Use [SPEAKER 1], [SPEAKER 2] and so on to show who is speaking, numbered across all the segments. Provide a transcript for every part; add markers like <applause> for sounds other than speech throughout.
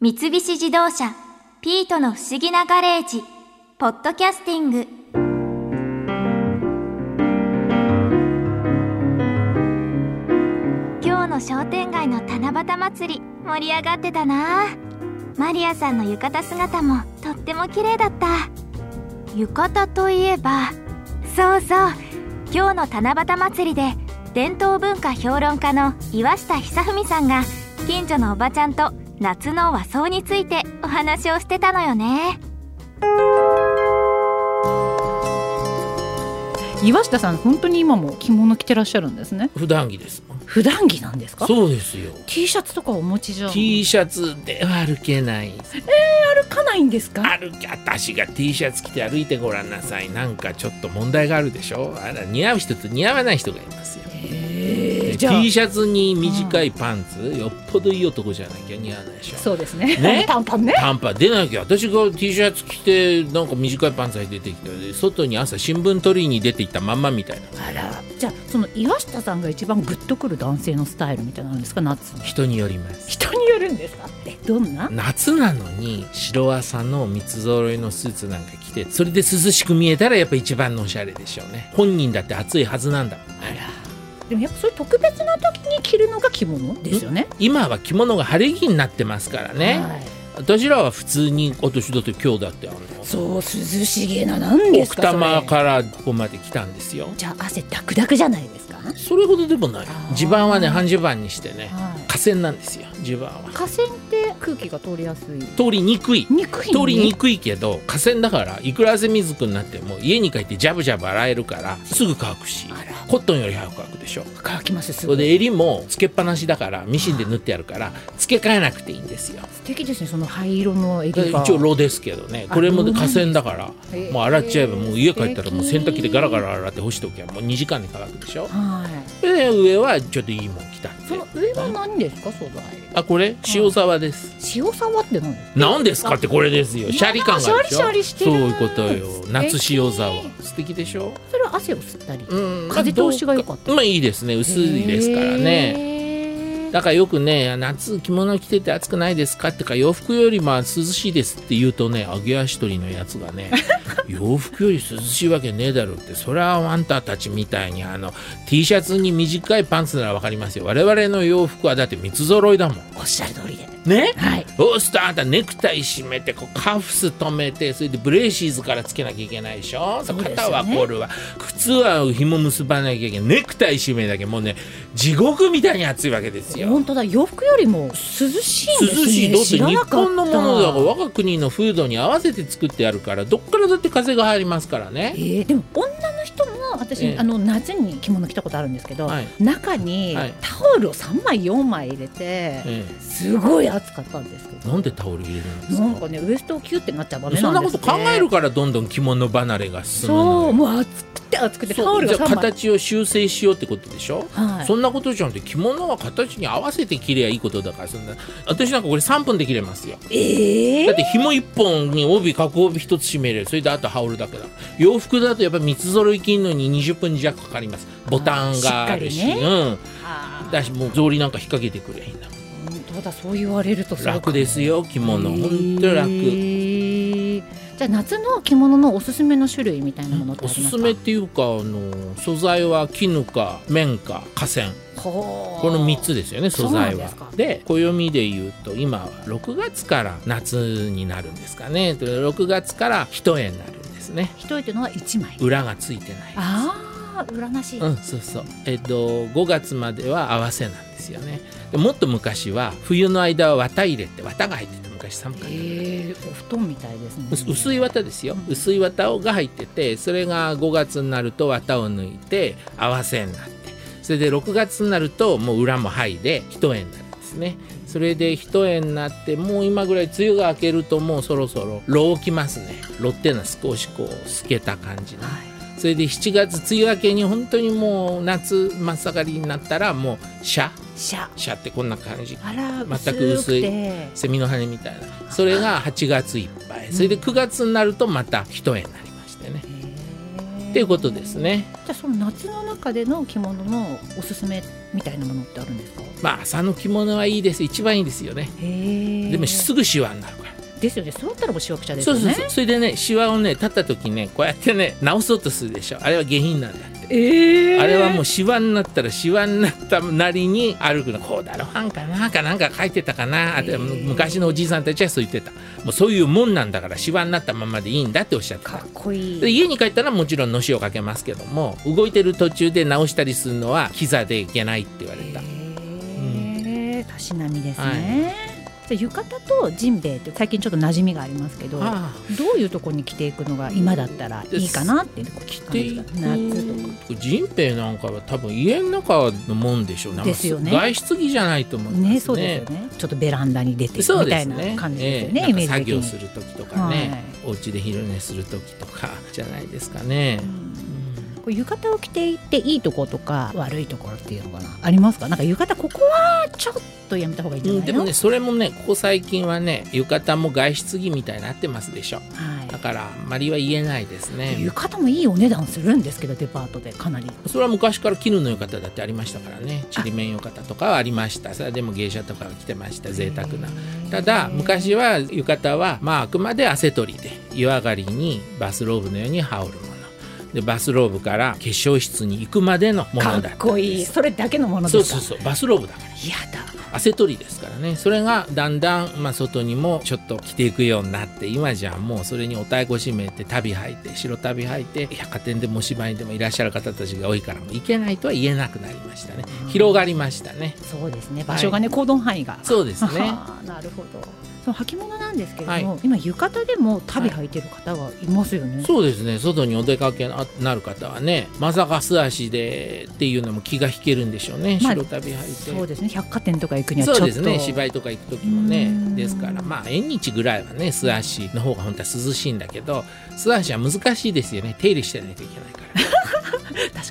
[SPEAKER 1] 三菱自動車「ピートの不思議なガレージ」「ポッドキャスティング」今日の商店街の七夕祭り盛り上がってたなマリアさんの浴衣姿もとっても綺麗だった浴衣といえばそうそう今日の七夕祭りで伝統文化評論家の岩下久文さんが近所のおばちゃんと夏の和装についてお話をしてたのよね
[SPEAKER 2] 岩下さん本当に今も着物着てらっしゃるんですね
[SPEAKER 3] 普段着ですもん
[SPEAKER 2] 普段着なんですか
[SPEAKER 3] そうですよ
[SPEAKER 2] T シャツとかお持ちじゃん
[SPEAKER 3] T シャツでは歩けない
[SPEAKER 2] 歩かないんですか
[SPEAKER 3] 歩き私が T シャツ着て歩いてごらんなさいなんかちょっと問題があるでしょあら似合う人と似合わない人がいますよ
[SPEAKER 2] え
[SPEAKER 3] で
[SPEAKER 2] じゃあ
[SPEAKER 3] T シャツに短いパンツ、よっぽどいい男じゃなきゃ似合わないでしょ
[SPEAKER 2] そうですね
[SPEAKER 3] ね
[SPEAKER 2] <laughs> 短パンね
[SPEAKER 3] 短パン出なきゃ私が T シャツ着てなんか短いパンツ履いて出てきたで外に朝新聞取りに出て行ったまんまみたいな
[SPEAKER 2] あらじゃあその岩下さんが一番グッとくる男性のスタイルみたいなのあるんですか夏に
[SPEAKER 3] 人によります
[SPEAKER 2] 人によるんですかえどんな
[SPEAKER 3] 夏なのに白朝の三つ揃いのスーツなんか着てそれで涼しく見えたらやっぱ一番のおしゃれでしょうね本人だって暑いはずなんだもんね
[SPEAKER 2] でもやっぱそういう特別な時に着るのが着物ですよね
[SPEAKER 3] 今は着物が晴れ着になってますからね、
[SPEAKER 2] はい
[SPEAKER 3] 私らは普通に私だって今日だってあの
[SPEAKER 2] そう涼しげななんです
[SPEAKER 3] 奥
[SPEAKER 2] かそれ
[SPEAKER 3] 多摩からここまで来たんですよ
[SPEAKER 2] じゃあ汗ダクダクじゃないですかは
[SPEAKER 3] それほどでもない
[SPEAKER 2] あー
[SPEAKER 3] 地盤はね半地盤にしてね
[SPEAKER 2] い
[SPEAKER 3] 河川なんですよ地盤は
[SPEAKER 2] 河川って空気が通りやすい
[SPEAKER 3] 通りにくい
[SPEAKER 2] にくい
[SPEAKER 3] 通りにくいけど河川だからいくら汗水くんになっても家に帰ってジャブジャブ洗えるからすぐ乾くし
[SPEAKER 2] あら
[SPEAKER 3] コットンより早く乾くでしょ
[SPEAKER 2] 乾きますす
[SPEAKER 3] それ
[SPEAKER 2] ごい
[SPEAKER 3] で襟もつけっぱなしだからミシンで縫ってあるから付け替えなくていいんですよ
[SPEAKER 2] 素敵ですねその灰色の襟が
[SPEAKER 3] 一応炉ですけどねこれも
[SPEAKER 2] あ炉なん
[SPEAKER 3] 河
[SPEAKER 2] です
[SPEAKER 3] 川だから
[SPEAKER 2] へえ
[SPEAKER 3] もう洗っちゃえばもう家帰ったらもう洗濯機でガラガラ洗って干しておきゃもう2時間で乾くでしょ
[SPEAKER 2] はい
[SPEAKER 3] で上はちょっといいもん着たって
[SPEAKER 2] その上は何ですか素材
[SPEAKER 3] あこれ塩沢です
[SPEAKER 2] 塩沢って何ですか
[SPEAKER 3] なんですかってこれですよ。
[SPEAKER 2] いや
[SPEAKER 3] シャリ感があるでしょ。
[SPEAKER 2] シャリシャリしてる
[SPEAKER 3] そういうことよ。夏塩沢
[SPEAKER 2] 素。
[SPEAKER 3] 素敵でしょ。
[SPEAKER 2] それは汗を吸ったり
[SPEAKER 3] うん
[SPEAKER 2] 風通しが良かった
[SPEAKER 3] まあいいですね。薄いですからね。
[SPEAKER 2] ね
[SPEAKER 3] だからよくね、夏着物着てて暑くないですかってか洋服よりまあ涼しいですって言うとね、揚げ足取りのやつ
[SPEAKER 2] <laughs>
[SPEAKER 3] がね、洋服より涼しいわけねえだろって、それはあんたたちみたいにあの T シャツに短いパンツならわかりますよ。我々の洋服はだって三つ揃いだもん。
[SPEAKER 2] おっしゃる通りで
[SPEAKER 3] ね。
[SPEAKER 2] はい
[SPEAKER 3] そうするとあんたネクタイ締めてこうカフス止めてそれでブレーシーズからつけなきゃいけないでしょ
[SPEAKER 2] そうですよね
[SPEAKER 3] 肩はコールは靴は紐結ばなきゃいけないネクタイ締めだけもうね地獄みたいに暑いわけですよ。
[SPEAKER 2] 本当だ洋服よりも涼しいん
[SPEAKER 3] 涼
[SPEAKER 2] ですね
[SPEAKER 3] しいだって
[SPEAKER 2] 知ら
[SPEAKER 3] 日
[SPEAKER 2] なかった
[SPEAKER 3] 本のものだから我が国の風土に合わせて作ってあるからどっからだって風が入りますからね。
[SPEAKER 2] えーでも女の人も私、
[SPEAKER 3] ええ
[SPEAKER 2] あの夏に着物着たことあるんですけど、
[SPEAKER 3] はい
[SPEAKER 2] 中に
[SPEAKER 3] はい
[SPEAKER 2] タオルを3枚4枚入れて、
[SPEAKER 3] え
[SPEAKER 2] すごい暑かったんですけ
[SPEAKER 3] え、
[SPEAKER 2] ど
[SPEAKER 3] なんでタオル入れるんです
[SPEAKER 2] なん
[SPEAKER 3] か
[SPEAKER 2] かねウエストをキュってなっちゃダメ
[SPEAKER 3] そん
[SPEAKER 2] な
[SPEAKER 3] なん
[SPEAKER 2] で
[SPEAKER 3] こ
[SPEAKER 2] す
[SPEAKER 3] と
[SPEAKER 2] ね
[SPEAKER 3] 考えるからどんどん着物離れが進む
[SPEAKER 2] そう
[SPEAKER 3] のよ
[SPEAKER 2] もう暑くて暑くてタオ
[SPEAKER 3] そう
[SPEAKER 2] ル
[SPEAKER 3] じ
[SPEAKER 2] が
[SPEAKER 3] ゃあ
[SPEAKER 2] 3枚
[SPEAKER 3] 形を修正しようってことでしょ
[SPEAKER 2] はい
[SPEAKER 3] そんなことじゃなくて着物は形に合わせて着ればいいことだからそんな私なんかこれ3分で着れますよ
[SPEAKER 2] え
[SPEAKER 3] だ
[SPEAKER 2] え
[SPEAKER 3] って紐1本に帯角帯1つ締めるそれであと羽織るだけだ洋服だとやっぱり三つ揃い着るのに20分弱かかりますボタンがあるし
[SPEAKER 2] あーしっかり
[SPEAKER 3] うん
[SPEAKER 2] あ
[SPEAKER 3] だしもう草履なんか引っ掛けてくれへんな
[SPEAKER 2] ー本当だそう言われるとそうか
[SPEAKER 3] 楽ですよ着物
[SPEAKER 2] へ
[SPEAKER 3] ほ
[SPEAKER 2] ー
[SPEAKER 3] んと楽
[SPEAKER 2] じゃあ夏の着物のおすすめの種類みたいなものってあ
[SPEAKER 3] お
[SPEAKER 2] り
[SPEAKER 3] す
[SPEAKER 2] ます
[SPEAKER 3] す
[SPEAKER 2] か
[SPEAKER 3] めっていうかあの素材は絹か綿か河川
[SPEAKER 2] ほう
[SPEAKER 3] この3つですよね素
[SPEAKER 2] そ
[SPEAKER 3] 材
[SPEAKER 2] うなんで
[SPEAKER 3] は
[SPEAKER 2] すか。
[SPEAKER 3] で暦で言うと今は6月から夏になるんですかね6月から一重になるんですね
[SPEAKER 2] 一重というのは1枚
[SPEAKER 3] 裏がついてない。
[SPEAKER 2] ああ裏なし、
[SPEAKER 3] うん、そうそう、えっと、5月までは合わせなんですよねでもっと昔は冬の間は綿入れって綿が入ってて昔寒かった
[SPEAKER 2] ええお布団みたいですね。
[SPEAKER 3] 薄薄い綿ですよ薄い綿をが入っててそれが5月になると綿を抜いて合わせになってそれで6月になるともう裏も剥いで一重になるんですねそれで一重になってもう今ぐらい梅雨が明けるともうそろそろ炉をきますね炉ってのは少しこう透けた感じの
[SPEAKER 2] はい。
[SPEAKER 3] それで7月梅雨明けに本当にもう夏真っ盛りになったらもうシャ
[SPEAKER 2] シャ
[SPEAKER 3] シャってこんな感じ
[SPEAKER 2] あら
[SPEAKER 3] 全く薄い
[SPEAKER 2] くて
[SPEAKER 3] セミの羽みたいなそれが8月いっぱいそれで9月になるとまた一重になりましてね
[SPEAKER 2] へ
[SPEAKER 3] っていうことですね。
[SPEAKER 2] じゃあその夏の中での着物のおすすめみたいなものってあるんですか
[SPEAKER 3] まあ麻の着物はいいです一番いいですよね。
[SPEAKER 2] へえ
[SPEAKER 3] でもすぐシワになるから。
[SPEAKER 2] ですよねそうだったらもうしわくちゃです
[SPEAKER 3] そ
[SPEAKER 2] よ
[SPEAKER 3] う
[SPEAKER 2] ね
[SPEAKER 3] そうそうそれでねシワをね立った時ねこうやってね直そうとするでしょあれは下品なんだって、
[SPEAKER 2] ええ
[SPEAKER 3] あれはも
[SPEAKER 2] う
[SPEAKER 3] うシワになったらシワになったなりに歩くのこうだろはんかなんかなんか書いてたかなあと
[SPEAKER 2] えー
[SPEAKER 3] 昔のおじいさんたちはそう言ってたもうそういうもんなんだからシワになったままでいいんだっておっしゃって
[SPEAKER 2] か
[SPEAKER 3] た
[SPEAKER 2] っこい
[SPEAKER 3] で
[SPEAKER 2] い
[SPEAKER 3] 家に帰ったらもちろんのしをかけますけども動いてる途中で直したりするのは膝でいけないって言われた
[SPEAKER 2] へえたしなみですね、じゃあ浴衣とジンベエって最近ちょっと馴染みがありますけどど
[SPEAKER 3] ああ
[SPEAKER 2] ういうとこに着ていくのが今だったらいいかなっていうとこ聞か
[SPEAKER 3] で
[SPEAKER 2] 夏とか
[SPEAKER 3] 人平なんかは多分家の中のもんでしょうなんか
[SPEAKER 2] ですよね
[SPEAKER 3] 外出着じゃないと思いますね
[SPEAKER 2] ねそうですよねちょっとベランダに出てみ
[SPEAKER 3] そうで
[SPEAKER 2] た
[SPEAKER 3] す
[SPEAKER 2] いな
[SPEAKER 3] ね。
[SPEAKER 2] 感じですよね
[SPEAKER 3] ええ
[SPEAKER 2] イメ
[SPEAKER 3] な
[SPEAKER 2] ージ
[SPEAKER 3] んか作
[SPEAKER 2] 的
[SPEAKER 3] 業
[SPEAKER 2] に
[SPEAKER 3] する時とかね、お家で昼寝する時とかじゃないですかね
[SPEAKER 2] う。んこう浴衣を着ていっていいとことか悪いところっていうのかなありますかなんか浴衣ここはちょっとやめた方がいいんじ
[SPEAKER 3] う
[SPEAKER 2] ゃない
[SPEAKER 3] ん、
[SPEAKER 2] の
[SPEAKER 3] でもねそれもねここ最近はね浴衣も外出着みたいになってますでしょ
[SPEAKER 2] はい
[SPEAKER 3] だからあんまりは言えないですね
[SPEAKER 2] 浴衣もいいお値段するんですけどデパートでかなり
[SPEAKER 3] それは昔から絹の浴衣だってありましたからねちりめん浴衣とかはありましたそれでも芸者とかが着てました贅沢なただ昔は浴衣は、まあ、あくまで汗取りで湯上がりにバスローブのように羽織るものでバスローブから化粧室に行くまでのものだ
[SPEAKER 2] か
[SPEAKER 3] っ
[SPEAKER 2] った
[SPEAKER 3] んです
[SPEAKER 2] こいいそれだけのもの
[SPEAKER 3] そう
[SPEAKER 2] です
[SPEAKER 3] そ
[SPEAKER 2] か
[SPEAKER 3] うそうバスローブだから
[SPEAKER 2] やだ
[SPEAKER 3] 汗取りですからねそれがだんだん、まあ、外にもちょっと着ていくようになって今じゃもうそれにお太鼓締めて旅履いて白旅履いて百貨店でもお芝居でもいらっしゃる方たちが多いからもう行けないとは言えなくなりましたね広がりましたね
[SPEAKER 2] そうですね場所がね、行動範囲が
[SPEAKER 3] そうです
[SPEAKER 2] <laughs>
[SPEAKER 3] ね
[SPEAKER 2] あーなるほどその履物なんですけれども、今浴衣でも足袋履いてる方がいますよね、
[SPEAKER 3] そうですね外にお出かけななる方はねまさか素足でっていうのも気が引けるんでしょうね
[SPEAKER 2] まあ
[SPEAKER 3] 白旅履いて、
[SPEAKER 2] そうですね百貨店とか行くにはちょっ
[SPEAKER 3] そ
[SPEAKER 2] と
[SPEAKER 3] うですね芝居とか行く時もね
[SPEAKER 2] うん
[SPEAKER 3] ですからまあ縁日ぐらいはね素足の方が本当は涼しいんだけど素足は難しいですよね手入れしてないといけないから
[SPEAKER 2] 確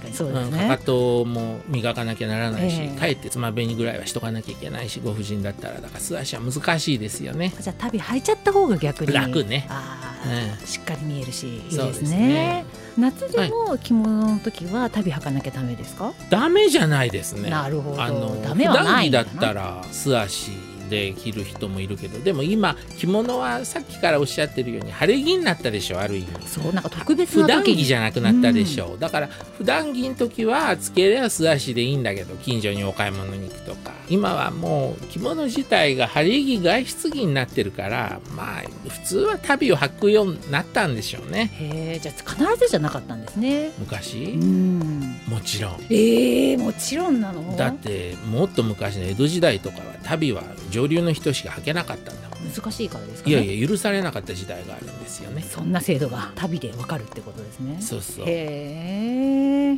[SPEAKER 2] かにそうです
[SPEAKER 3] うん、
[SPEAKER 2] ね、
[SPEAKER 3] かかとも磨かなきゃならないし、
[SPEAKER 2] ええ
[SPEAKER 3] かえってつまべにぐらいはしとかなきゃいけないしご婦人だったらだから素足は難しいですよね、
[SPEAKER 2] じゃあ旅履いちゃった方が逆に
[SPEAKER 3] 楽ね
[SPEAKER 2] あ
[SPEAKER 3] う
[SPEAKER 2] ー
[SPEAKER 3] ん、
[SPEAKER 2] しっかり見えるしいいです
[SPEAKER 3] そう
[SPEAKER 2] ね
[SPEAKER 3] ですね
[SPEAKER 2] 夏でも着物の時は旅履かなきゃダメですか、
[SPEAKER 3] ダメじゃないですね
[SPEAKER 2] なるほど
[SPEAKER 3] あの
[SPEAKER 2] ダメはない
[SPEAKER 3] 普段着
[SPEAKER 2] ん
[SPEAKER 3] だ
[SPEAKER 2] だ
[SPEAKER 3] っ
[SPEAKER 2] な
[SPEAKER 3] たら素足で着る人もいるけどでも今着物はさっきからおっしゃってるように晴れ着になったでしょある意味
[SPEAKER 2] そうなんか特別
[SPEAKER 3] 普
[SPEAKER 2] な時
[SPEAKER 3] 段
[SPEAKER 2] に
[SPEAKER 3] 着じゃなくなったでしょう、だから普段着の時はつければ素足でいいんだけど近所にお買い物に行くとか今はもう着物自体が晴れ着外出着になってるからまあ普通は旅を履くようになったんでしょうね
[SPEAKER 2] へえじゃあ必ずじゃなかったんですね
[SPEAKER 3] 昔、
[SPEAKER 2] うん
[SPEAKER 3] もちろん
[SPEAKER 2] えー、もちろんなの
[SPEAKER 3] だってもっと昔の江戸時代とかは旅は上流の人しか履けなかったんだもん
[SPEAKER 2] 難しいからですか
[SPEAKER 3] い
[SPEAKER 2] ね
[SPEAKER 3] やいや許されなかった時代があるんですよね
[SPEAKER 2] そんな制度が旅でわかるってことですね
[SPEAKER 3] そうそう
[SPEAKER 2] へえ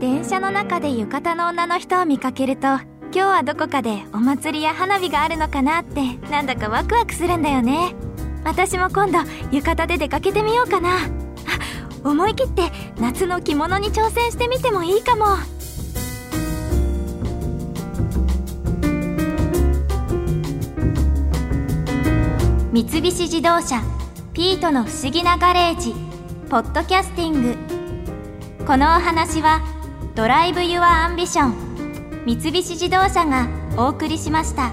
[SPEAKER 1] 電車の中で浴衣の女の人を見かけると今日はどこかでお祭りや花火があるのかなってなんだかワクワクするんだよね私も今度浴衣で出かけてみようかなあ思い切って夏の着物に挑戦してみてもいいかも三菱自動車ピートの不思議なガレージポッドキャスティングこのお話はドライブ・ユア・アンビション三菱自動車がお送りしました。